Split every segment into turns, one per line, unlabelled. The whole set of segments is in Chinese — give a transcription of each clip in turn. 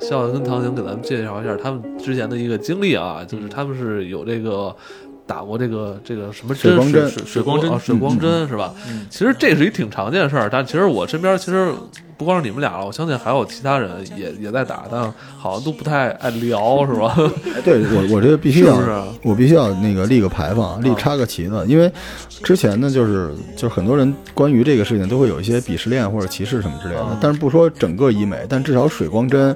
笑笑跟唐宁给咱们介绍一下他们之前的一个经历啊，就是他们是有这个打过这个这个什么针
水光针
水水
水光针嗯
啊水光针是吧？其实这是一挺常见的事儿，但其实我身边其实不光是你们俩了，我相信还有其他人也也在打，但好像都不太爱聊是吧？
嗯
哎对我我这个必须要，
是不啊是
我必须要那个立个牌坊，立插个旗子，因为之前呢，就是就是很多人关于这个事情都会有一些鄙视链或者歧视什么之类的，
啊
但是不说整个医美，但至少水光针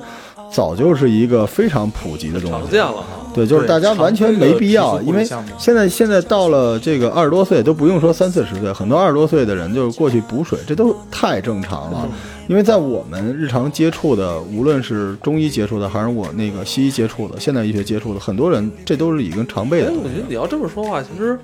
早就是一个非常普及的东
常
西
见。了哈，
对，就是
对
大家完全没必
常
要，
规的
因为
皮肤护理项目
现在现在到了这个二十多岁，都不用说三四十岁，很多二十多岁的人就是过去补水，这都太正常了。因为在我们日常接触的，无论是中医接触的，还是我那个西医接触的，现代医学接触的，很多人这都是已经常备
哎，
的东
我
西。
觉得你要这么说话，其实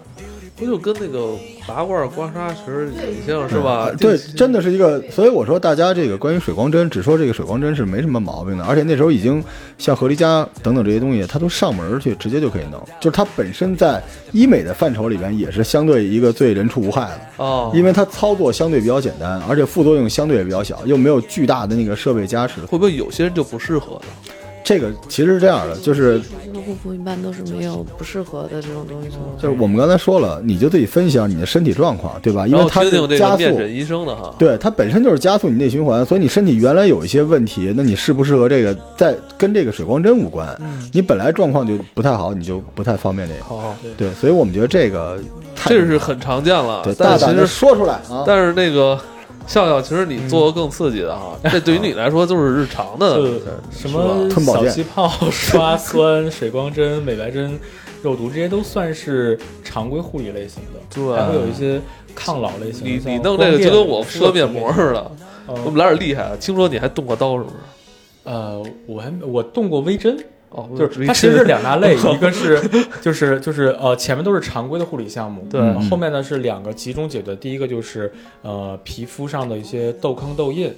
不就跟那个拔罐刮痧其实挺像是吧
呃？对，真
的
的是一个，所以我说大家这个关于水光针，只说这个水光针是没什么毛病的，而且那时候已经像合力佳等等这些东西，它都上门儿去直接就可以弄，就是它本身在医美的范畴里边也是相对一个最人畜无害的。
哦，
因为它操作相对比较简单，而且副作用相对也比较小，又没有巨大的那个设备加持。
会不会有些人就不适合呢？
这个其实是这样的，就是
那护肤一般都是没有不适合的这种东西吗？
就是我们刚才说了，你就自己分析一下你的身体状况，对吧？因
然
为
后
它
听
是
听这
加
个
速，
面诊医生的哈。
对，它本身就是加速你内循环，所以你身体原来有一些问题，那你适不适合这个，在跟这个水光针无关。
嗯
你本来状况就不太好，你就不太方便这个。
哦，
对，所以我们觉得这个太
这是很常见了
对，大
但
胆
其实
的说出来啊。
但是那个笑笑，其实你做的更刺激的哈，
嗯
这对于你来说就是日常 的
就什么
是吧
小气泡、 刷酸、水光针、美白针、肉毒，这些都算是常规护理类型的。
对
还会有一些抗老类型的。
你
像
你弄这个就
光电
跟我敷面膜。似 的，
射
我
频
们来点厉害的。听说你还动过刀是不是？
嗯呃，我还没我动过微针，
哦，
就是它其实是两大 类，一个是就是就是呃前面都是常规的护理项目，
对
然后后面呢是两个集中解决，第一个就是呃皮肤上的一些痘坑痘印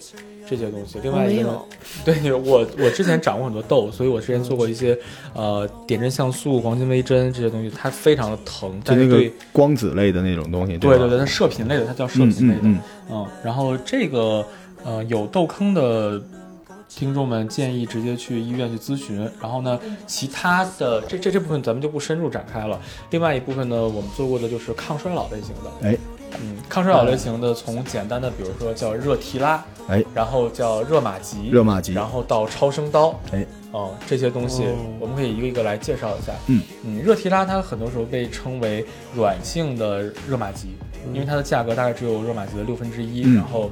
这些东西，另
我
外一
哦没
个呢
有，
对，我我之前长过很多痘，所以我之前做过一些呃点阵像素、黄金微针这些东西，它非常的疼，
就
但
那
是
个
对
光子类的那种东西，
对
吧
对对，它射频类的，它叫射
嗯
频类
嗯嗯，
的，嗯然后这个呃有痘坑的听众们建议直接去医院去咨询。然后呢，其他的这这这部分咱们就不深入展开了。另外一部分呢，我们做过的就是抗衰老类型的。
哎，
嗯，抗衰老类型的从简单的，比如说叫热提拉，
哎，
然后叫热玛吉，
热玛吉
然后到超声刀，
哎，
哦、这些东西
哦
我们可以一个一个来介绍一下。
嗯
热提拉它很多时候被称为软性的热玛吉，
嗯
因为它的价格大概只有热玛吉的六分之一，
嗯
然后，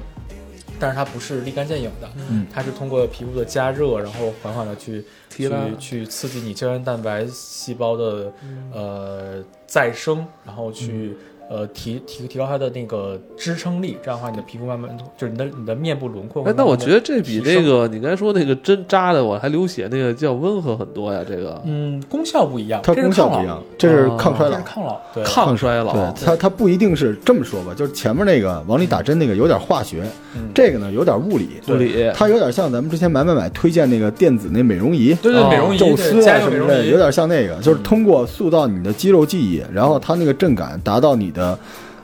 但是它不是立竿见影的，
嗯
它是通过皮肤的加热，然后缓缓的去
提
去
拉
去刺激你胶原蛋白细胞的
嗯
呃再生，然后去。呃，提提提高它的那个支撑力，这样的话，你的皮肤慢慢就是你的你的面部轮廓会
哎
慢慢，
那
地提升。
我觉得这比那个你刚才说那个针扎的我还流血那个要温和很多呀，这个
嗯，功效不一样，
它
这是
功效
抗
不一
老啊
样，，这是抗衰
这
老
是。抗老，对，
抗衰老
呃对，它它不一定是这么说吧，就是前面那个往里打针那个有点化学，
嗯
这个呢有点物理，
物理
它有点像咱们之前买买买推荐那个电子那美容仪。
对对，
哦
美容仪，
宙
对，
斯
家
啊什么
用美
之
容
类的，
仪嗯
有点像那个，就是通过塑造你的肌肉记忆，然后它那个震感达到你的，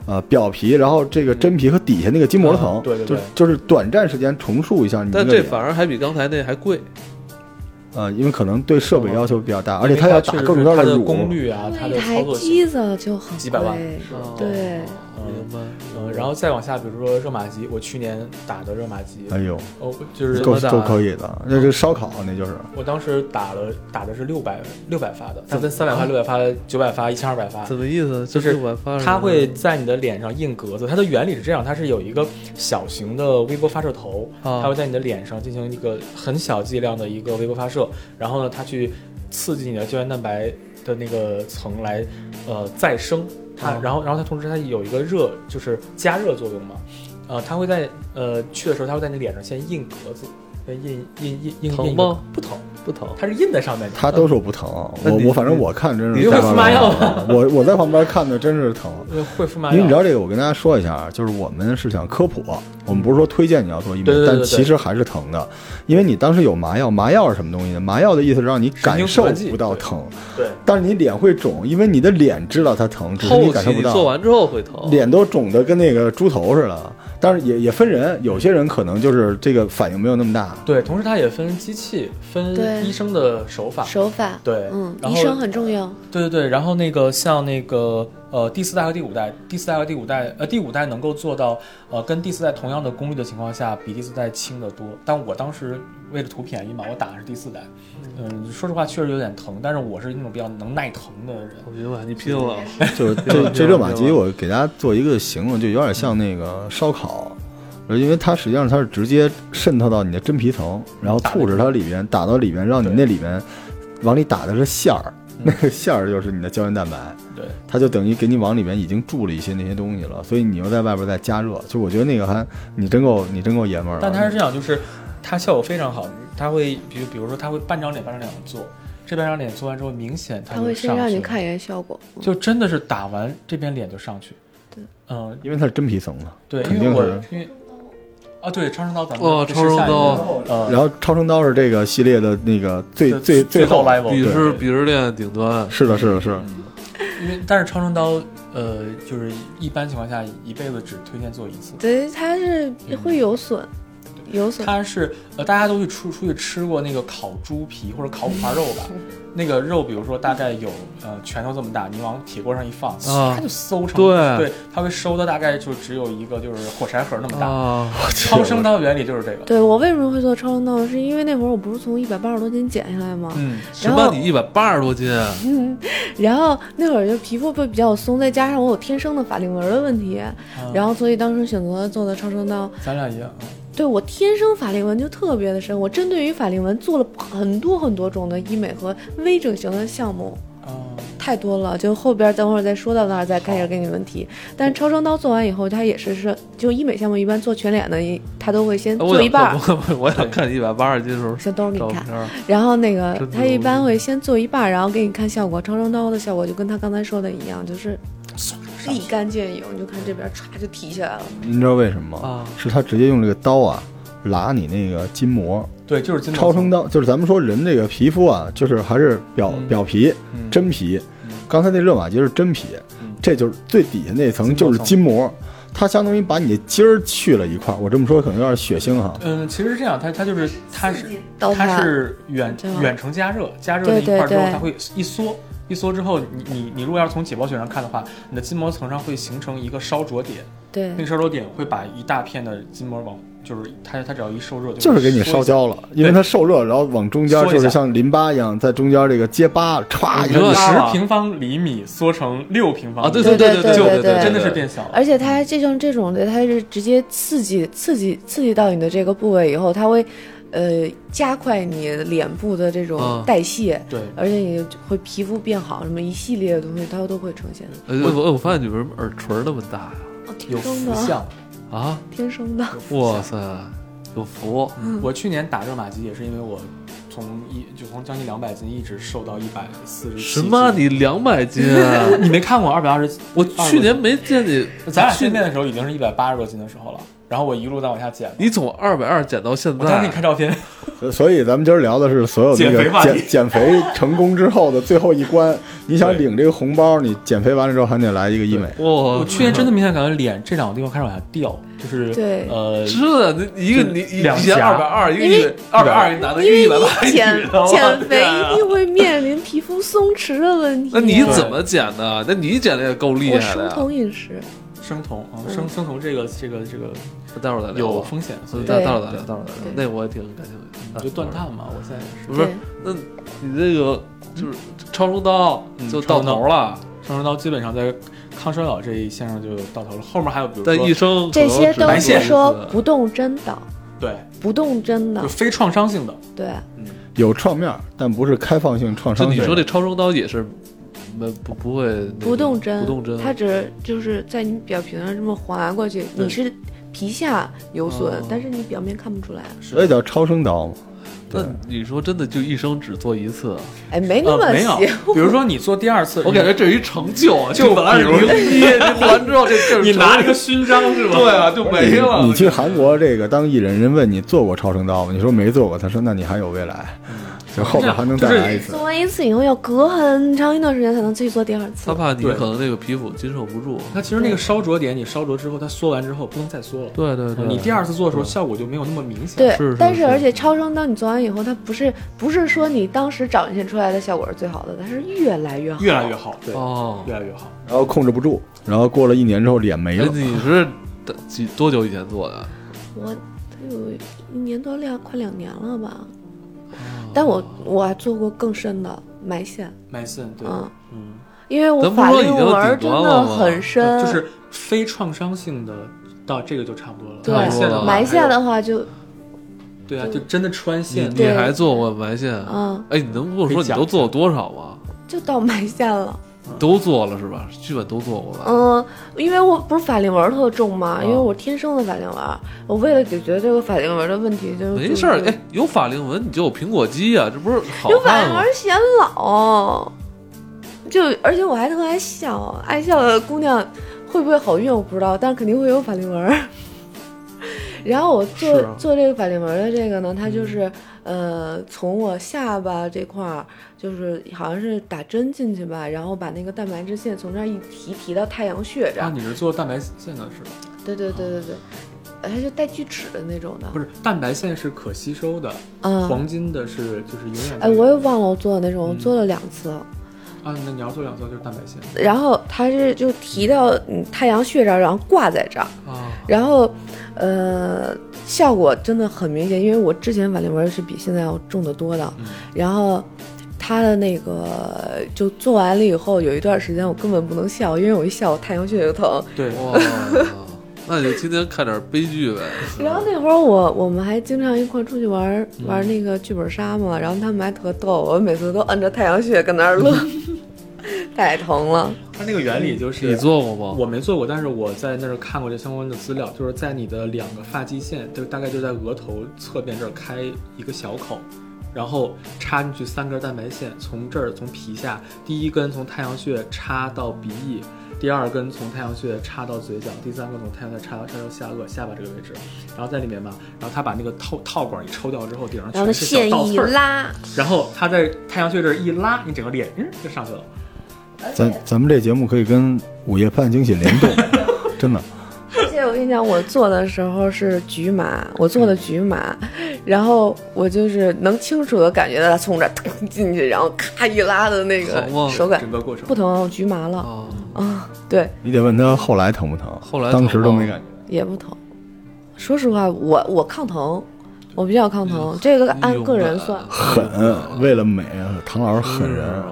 呃，表皮，然后这个真皮和底下那个筋膜层
嗯，对对
就
对
是就是短暂时间重塑一下你的
但
脸
这，反而还比刚才那还
哦
贵。
呃，因为可能对设备要求比较大，而且
嗯因为它
要打
确实
各种
是
各样
它的
乳，
功率啊，它
那
的
一
操
台
作性。
机子就很贵，
几百万
对
哦明白。
嗯，然后再往下，比如说热玛吉，我去年打的热玛吉，
哎呦，
哦，就是
够
么大
够可以的，那是烧烤，那就是，
我当时打了打的是六百六百发的，它分三百
啊
发、六百发、九百发、一千二百发，
怎么意思？
就是
这晚发
它会在你的脸上印格子。它的原理是这样，它是有一个小型的微波发射头，
啊
它会在你的脸上进行一个很小剂量的一个微波发射，然后呢，它去刺激你的胶原蛋白的那个层来呃再生。它
嗯
啊
然后然后它同时它有一个热，就是加热作用嘛，呃，它会在呃去的时候，它会在你脸上先印格子，先印印印印
疼
印一个
吗？
不疼，
不疼。
它是印在上面的。
他都说不疼，
嗯那
我
你
我反正我看真是
你就会
在
敷麻药
旁边我我在旁边看的真是疼，
呃会敷麻
因为你知
药，
道这个，我跟大家说一下啊，就是我们是想科普，我们不是说推荐你要做医美
对对，对对
但其实还是疼的，因为你当时有麻药，麻药是什么东西呢？麻药的意思是让你感受不到疼，
对，
但是你脸会肿，因为你的脸知道它疼，只是
后
感
期
受不
你做
到，
完之后会疼。
脸都肿得跟那个猪头似的。当然也也分人，有些人可能就是这个反应没有那么大，
对，同时它也分机器，分
对
医生的手法，
手法，
啊对
嗯，
然
医
后
生很重要，
对对对，然后那个像那个呃第四代和第五代，第四代和第五代呃第五代能够做到呃跟第四代同样的功率的情况下，比第四代轻得多。但我当时为了图便宜嘛，我打的是第四代，嗯，说实话确实有点疼，但是我是那种比较能耐疼的人。
我明白，你拼了，
就是
明
这
白
这热玛吉，
明白
我给大家做一个形容，就有点像那个烧烤，呃因为它实际上它是直接渗透到你的真皮层，然后吐着它里边，打到里边，让你
对
那里边往里打的是馅儿，
嗯
那个馅儿就是你的胶原蛋白，
对，
它就等于给你往里面已经注了一些那些东西了，所以你又在外边再加热，就我觉得那个还你真够你真够爷们儿啊，
但它是这样，就是它效果非常好，它会比如比如说它会半张脸半张脸做，这半张脸做完之后，明显它
他
就
会先
上
让
去
你
了
看一眼效果，嗯
就真的是打完这边脸就上去。
对，
嗯，
因为它是真皮层嘛，
对，
肯
因
定
为我
是
因为啊，对，超声刀咱们
哦
这
超
是
声
下一
刀
个呃，
然后超声刀是这个系列的那个最
最
最
最
后
高 level
鄙视
哦对
鄙视链顶端，
是的是的是的，
嗯因为但是超声刀呃，就是一般情况下一辈子只推荐做一次。
嗯对，它是会有损，有损，
嗯它是呃，大家都去出出去吃过那个烤猪皮或者烤五花肉吧，
嗯
那个肉比如说大概有呃拳头这么大，你往铁锅上一放，
啊
它就馊成
对
对，它会收的大概就只有一个就是火柴盒那么大。
啊，
超声刀原理就是这个，
对我为什么会做超声刀，是因为那会儿我不是从一百八十多斤减下来吗？
嗯，
什
然后
么？你一百八十多斤，
然后那会儿就皮肤会比较松，再加上我有天生的法令纹的问题，
啊
然后所以当时选择做的超声刀。
咱俩一样，嗯
对我天生法令纹就特别的深，我针对于法令纹做了很多很多种的医美和微整形的项目，
啊，
太多了。就后边等会儿再说到那儿再开始给你们提。但超声刀做完以后，它也是是就医美项目一般做全脸的，一它都会先
哎我
做一半儿
想， 我我想看你一百八十斤的时候
先等会儿给
照
你
片
看。，然后那个
真的
它一般会先做一半儿，然后给你看效果。超声刀的效果就跟他刚才说的一样，就是立竿见影，你就看这边歘就提起来了。
你知道为什么吗？
啊
是他直接用这个刀啊，拉你那个筋膜。
对，就是筋膜
超声刀就是咱们说人这个皮肤啊，就是还是表、
嗯
表皮、
嗯
真皮。
嗯
刚才那热玛吉是真皮，
嗯
这就是最底下那层
筋膜
就是
层
筋膜，它相当于把你的筋儿去了一块儿。我这么说可能有点血腥哈。
嗯，其实是这样，它它就是它是
刀
它
塔
是远
这样
远程加热，加热那一
对对
块儿之后，
哦对
它会一缩，一缩之后，你你你如果要是从解剖学上看的话，你的筋膜层上会形成一个烧灼点，
对
那个烧灼点会把一大片的筋膜往，就是它它只要一受热
就是
会
给你
缩
烧
一下，
焦了，因为它受热，然后往中间
缩一
就是
下
像淋巴一样，在中间这个结疤歘一
你说
下，
十
啊
平方厘米缩成六平方
啊，
厘米
对
对
对
对
对
就
对对，
对
真的是变小了。
而且它这像这种的，它是直接刺激、刺激、刺激到你的这个部位以后，它会，呃，加快你脸部的这
嗯
种代谢，
对，
而且你会皮肤变好，什么一系列的东西它都会呈现。
呃我我发现你为什么耳垂那么大呀？
哦，
有
天生
福
的，
相。嗯
啊，
天生的，
有福
哇
相
塞，有福！
嗯
我去年打热玛吉也是因为我从一就从将近两百斤一直瘦到一百四十
什么？啊你两百斤啊？
你没看过二百二十
我去年没见你，
咱俩
去
见面的时候已经是一百八十多斤的时候了，然后我一路在往下减，
你从二百二减到现
我当时给
在
你，看照片，
所以咱们今儿聊的是所有那
减肥
个
话题
减减肥成功之后的最后一关。你想领这个红包，你减肥完了之后还得来一个医美。
我
我去年真的明显感觉脸这两个地方开始往下掉，就是
对
呃，
这你一个你
两
以前
颊
二百二，一个
因为
一二百二，一个男的，
因
一
为
个一百八，一个
你减
女的哇
减肥
天啊
一定会面临皮肤松弛的问题。啊
那你
对
怎么减的？那你减的也够厉
我
害
生
的呀！
酮饮食，
生酮啊，
嗯
生生酮这个这个这个
待会儿再聊
有
吧，嗯
风险，所以
待
对
待会儿再聊，待啊会儿再聊
对。
那我也挺感兴趣的，
就断碳嘛。我现在也是
不是
对，
那你这个就是超声刀
嗯
就到头了，
上升到基本上在抗衰老这一线上就到头了，后面还有比如
但一
说
生可
这
能
些
只能
都
白
是
做
线
一
说
次
不动真的，
对
不动真的
就，非创伤性的，
对。
有创面儿，但不是开放性创
就
伤
你
性。
说这超声刀也是没不不会那个
不动针，
不动针，
它只就是在你表皮上这么划过去，
对
你是皮下有损，
哦
但是你表面看不出来。啊
所以叫超声刀嘛。对
那，你说真的就一生只做一次？
哎，没那
呃
么
没有
邪，，
比如说你做第二次，
我感觉这是一成就啊！
就
本来是
比如
零一，你做完之后这这是
你拿
成
了一个勋章是吧？
对啊，就没了。
你去韩国这个当艺人，人问你做过超声刀吗？你说没做过，他说那你还有未来。就后边还能再来一次
做。完一次以后要隔很长一段时间才能继续做第二次
他。怕你
对
可能那个皮肤经受不住。
那其实那个烧灼点，你烧灼之后，它缩完之后不能再缩了。
对对对，
哦你第二次做的时候效果就没有那么明显。
对，
是是
但是
是
而且超声当你做完以后，它不是不是说你当时展现出来的效果是最好的，它是越来越好，
越来越好，对，
哦，
越来越好。
然后控制不住，然后过了一年之后脸没
哎
了，
你是几多久以前做的？
我得有一年多两快两年了
哦
吧。但我我还做过更深的埋线，
埋线，对，
嗯，
嗯，
因为我
咱不
法
说
令
已经
纹儿
顶
真
端
的
了吗
很深，
就是非创伤性的，到这个就差不多了。
对
埋线的话
埋
哎
线，
还
的
有
话就
对啊，
就
就真的穿
你
线，
你
对
还做过埋线？
嗯
哎，你能跟我说你都做了多少吗？
就到埋线了。
都做了是吧？基本都做过吧？
嗯，因为我不是法令纹儿特重嘛，因为
啊
我天生的法令纹儿，我为了解决这个法令纹儿的问题，就是
没事儿，
就是
哎，有法令纹你就有苹果肌呀、这不是好哦
有法
看
令
吗
纹？显老，就而且我还特爱笑，爱笑的姑娘会不会好运我不知道，但肯定会有法令纹儿。 然后我做、
是啊
做这个法令纹儿的这个呢，它就是、呃从我下巴这块儿，就是好像是打针进去吧，然后把那个蛋白质线从这儿一提提到太阳穴这儿，
啊，你是做蛋白线的是吧？
对对对对对，呃它就带锯齿的那种的，
不
是
是，蛋白线是可吸收的，
嗯，
黄金的是就是永远。
哎，我也忘了我做的那种，我
嗯
做了两次。
啊，那你要做两做就是蛋白线，
然后它是就提到嗯太阳穴这儿，然后挂在这儿，
啊，
然后呃效果真的很明显，因为我之前法令纹是比现在要重得多的，
嗯
然后。它的那个就做完了以后，有一段时间我根本不能笑，因为我一笑我太阳穴就疼。
对，
哇，那你就天天看点悲剧呗。
然后那会儿我我们还经常一块儿出去玩儿
嗯
玩那个剧本杀嘛，然后他们还特逗，我每次都摁着太阳穴跟那儿 乐，太疼了。
它那个原理就是
你做过吗？
我没做过，但是我在那儿看过这相关的资料，就是在你的两个发际线，就大概就在额头侧边这儿开一个小口，然后插进去三根蛋白线，从这儿从皮下第一根从太阳穴插到鼻翼，第二根从太阳穴插到嘴角，第三根从太阳穴插到插到下颚下巴这个位置，然后在里面嘛，然后他把那个套套管一抽掉之后，顶上
然哦后那
全是小
线
倒
一
刺儿，
拉，
然后他在太阳穴这儿一拉，你整个脸嗯就上去了。
咱咱们这节目可以跟《午夜半惊喜》联动，真的。
而且我跟你讲，我做的时候是局麻，我做
嗯
的局麻，然后我就是能清楚的感觉到它从这儿腾进去，然后咔一拉的那个
疼吗
手感
整个过程
不疼，我局麻了
啊，
啊，对，
你得问他后来疼不疼，
后来疼
当
吗
时都没感觉。
也不疼。说实话，我我抗疼，我比较抗
嗯
疼，这个
哎
按个人算
勇。
狠，为了美，唐老师
敢
狠人。
嗯
是吗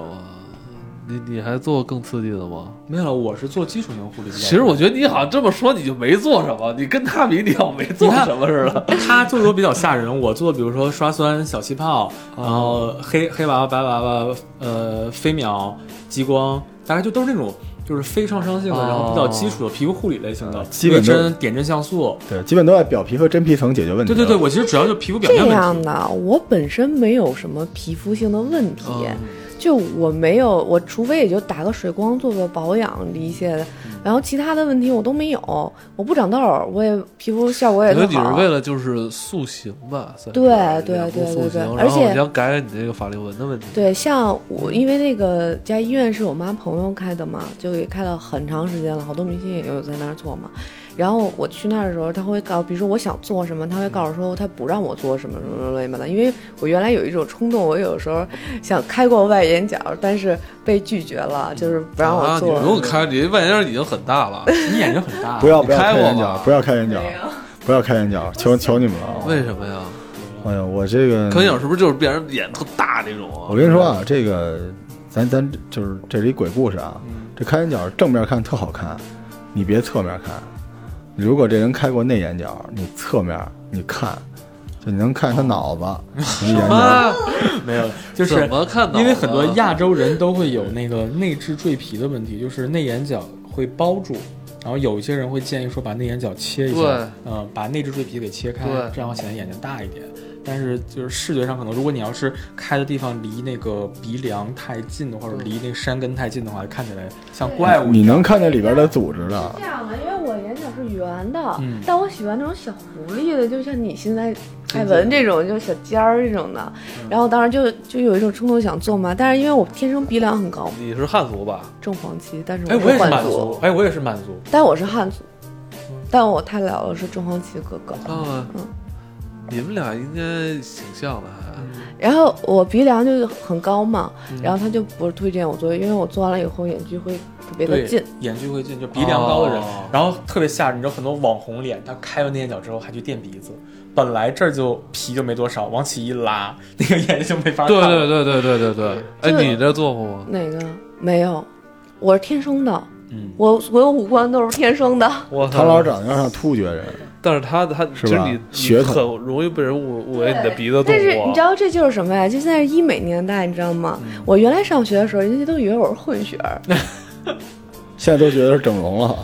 你嗯你还做过更刺激的吗？
没有，我是做基础型护理。
其实我觉得你好像这么说，你就没做什么，你跟他比，你好像没做
你看
什么似的。
他做的都比较吓人，我做比如说刷酸、小气泡，
哦
然后黑黑娃娃、白娃娃、呃飞秒、激光，大概就都是那种就是非创伤性的，
哦
然后比较基础的皮肤护理类型的，
呃基本
微
都
针、点阵像素。
对，基本都在表皮和真皮层解决问题。
对对对，，我其实主要就皮肤表面
这
问
样
题。
的，我本身没有什么皮肤性的问题，
啊
嗯
就我没有，我除非也就打个水光做个保养一些的，
嗯
然后其他的问题我都没有。我不长痘儿，我也皮肤效果也
因为
特
你是
好
为。了就是塑形吧，算是
对对
脸部
对对
塑形
对
然
而
后
且
你想改改你这个法令纹的问题。
对，像我因为那个家医院是我妈朋友开的嘛，就也开了很长时间了，好多明星也有在那儿做嘛。然后我去那儿的时候，他会告，比如说我想做什么，他会告诉说他不让我做什么什么什么类的，因为我原来有一种冲动，我有时候想开过外眼角，但是被拒绝了，就是不让
啊，
我
你
做。
不用开，你外眼已经很大了。
你眼睛很大，
不要不要
开
开
过
眼角
吧，
不要开眼角，不要开眼角，求求你们了。
为什么呀？
哎呀，我这个
开眼角是不是就是变成眼特大那种啊？
我跟你说啊，这个咱咱就是这是一鬼故事啊。
嗯
这开眼角正面看特好看，你别侧面看。如果这人开过内眼角，你侧面你看，就你能看他脑
嗯
子，你眼角。
啊，
没有，就是
怎么看到的
因为很多亚洲人都会有那个 内痔赘皮的问题，就是内眼角会包住。然后有一些人会建议说把内眼角切一下，
对
嗯、把内痔赘皮给切开
对，
这样显得眼睛大一点。但是就是视觉上可能，如果你要是开的地方离那个鼻梁太近的话，或者离那个山根太近的话，看起来像怪物一样。
你能看见里边的组织的
这。样的，因为我眼角是圆的，
嗯
但我喜欢那种小狐狸的，就像你现在艾文这种，就小尖儿这种的。
嗯
然后当时就就有一种冲动想做嘛，但是因为我天生鼻梁很高，
你是汉族吧？
正黄旗，但是
哎，我
是
也是
汉
满
族
族，，哎，我也是满族。
但我是汉族，但我太姥姥是正黄旗哥哥。
啊
嗯，
你们俩应该挺像的，还
然后我鼻梁就很高嘛，
嗯
然后他就不是推荐我做，因为我做完了以后眼距会特别的
对
近。，
眼距会近，就鼻梁高的人，
哦
然后特别吓人。你知道很多网红脸，他开完那眼角之后还去垫鼻子，本来这儿就皮就没多少，往起一拉，那个眼睛就没法啊看
对
了。
对对对对对对。哎，
对
你这做过吗？
哪个没有？我是天生的，
嗯
我所有五官都是天生的。
我
他老，长得有点像突厥人，
但是他他其
是
实
吧
你
血
你
统
很容易被人误误为你的鼻子动啊
但是
物
你知道这就是什么呀？就现在是医美年代，你知道吗？我原来上学的时候，人家都以为我是混血儿。
现在都觉得是整容了。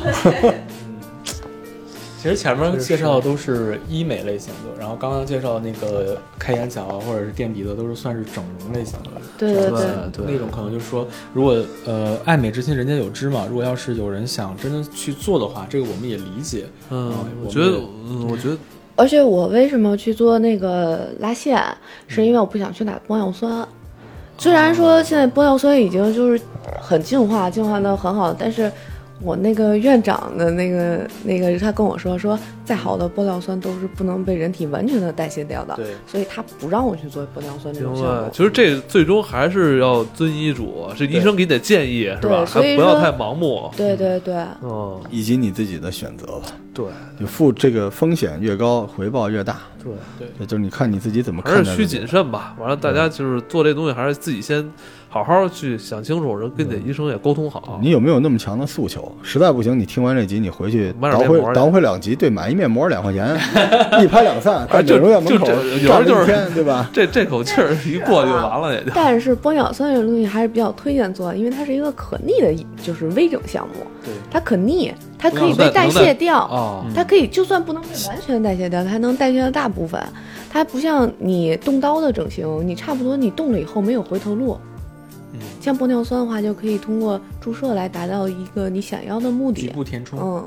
其实前面介绍的都是医美类型的，然后刚刚介绍的那个开眼角啊，或者是垫鼻的，都是算是整容类型的。
对对对，
嗯对
那种可能就是说，如果呃爱美之心人皆有之嘛，如果要是有人想真的去做的话，这个我们也理解。
嗯
啊，
我
我
觉得
们也
嗯，我觉得
而且我为什么去做那个拉线，是因为我不想去打玻尿酸。虽然说现在玻尿酸已经就是很进化，进化的很好，但是我那个院长的那个那个他跟我说，说再好的玻尿酸都是不能被人体完全的代谢掉的，
对
所以他不让我去做玻尿酸这种
明
项目
白，。其实这最终还是要遵医嘱，是医生给你的建议是吧？
对
还
所以
不要
说
太盲目。
对对对，
嗯，
以及你自己的选择吧，
对
你付这个风险越高，回报越大。
对，
也就是你看你自己怎么看
还
待
是
这
需
个
谨慎吧。完了，大家就是做这东西，还是自己先好好去想清楚，然后跟你的医生也沟通好。
你有没有那么强的诉求？实在不行，你听完这集，你回去
买点
倒
面
回
膜去
倒回两集，对，买一面膜两 块钱，一拍两散，在
哎
美
就
容院门口
就这有时候
站
就
了
是
一天，对吧？
这这口气儿一过就完了，也就
但是玻尿酸这种东西还是比较推荐做的，因为它是一个可逆的，就是微整项目，
对，
它可逆，它可以
能
被
在
代
能在
谢掉，
啊，
它可以就算不能被完全代谢掉，它还能代谢掉大部分。它不像你动刀的整形，你差不多你动了以后没有回头路。
嗯
像玻尿酸的话，就可以通过注射来达到一个你想要的目
局
的。
部填充。
嗯，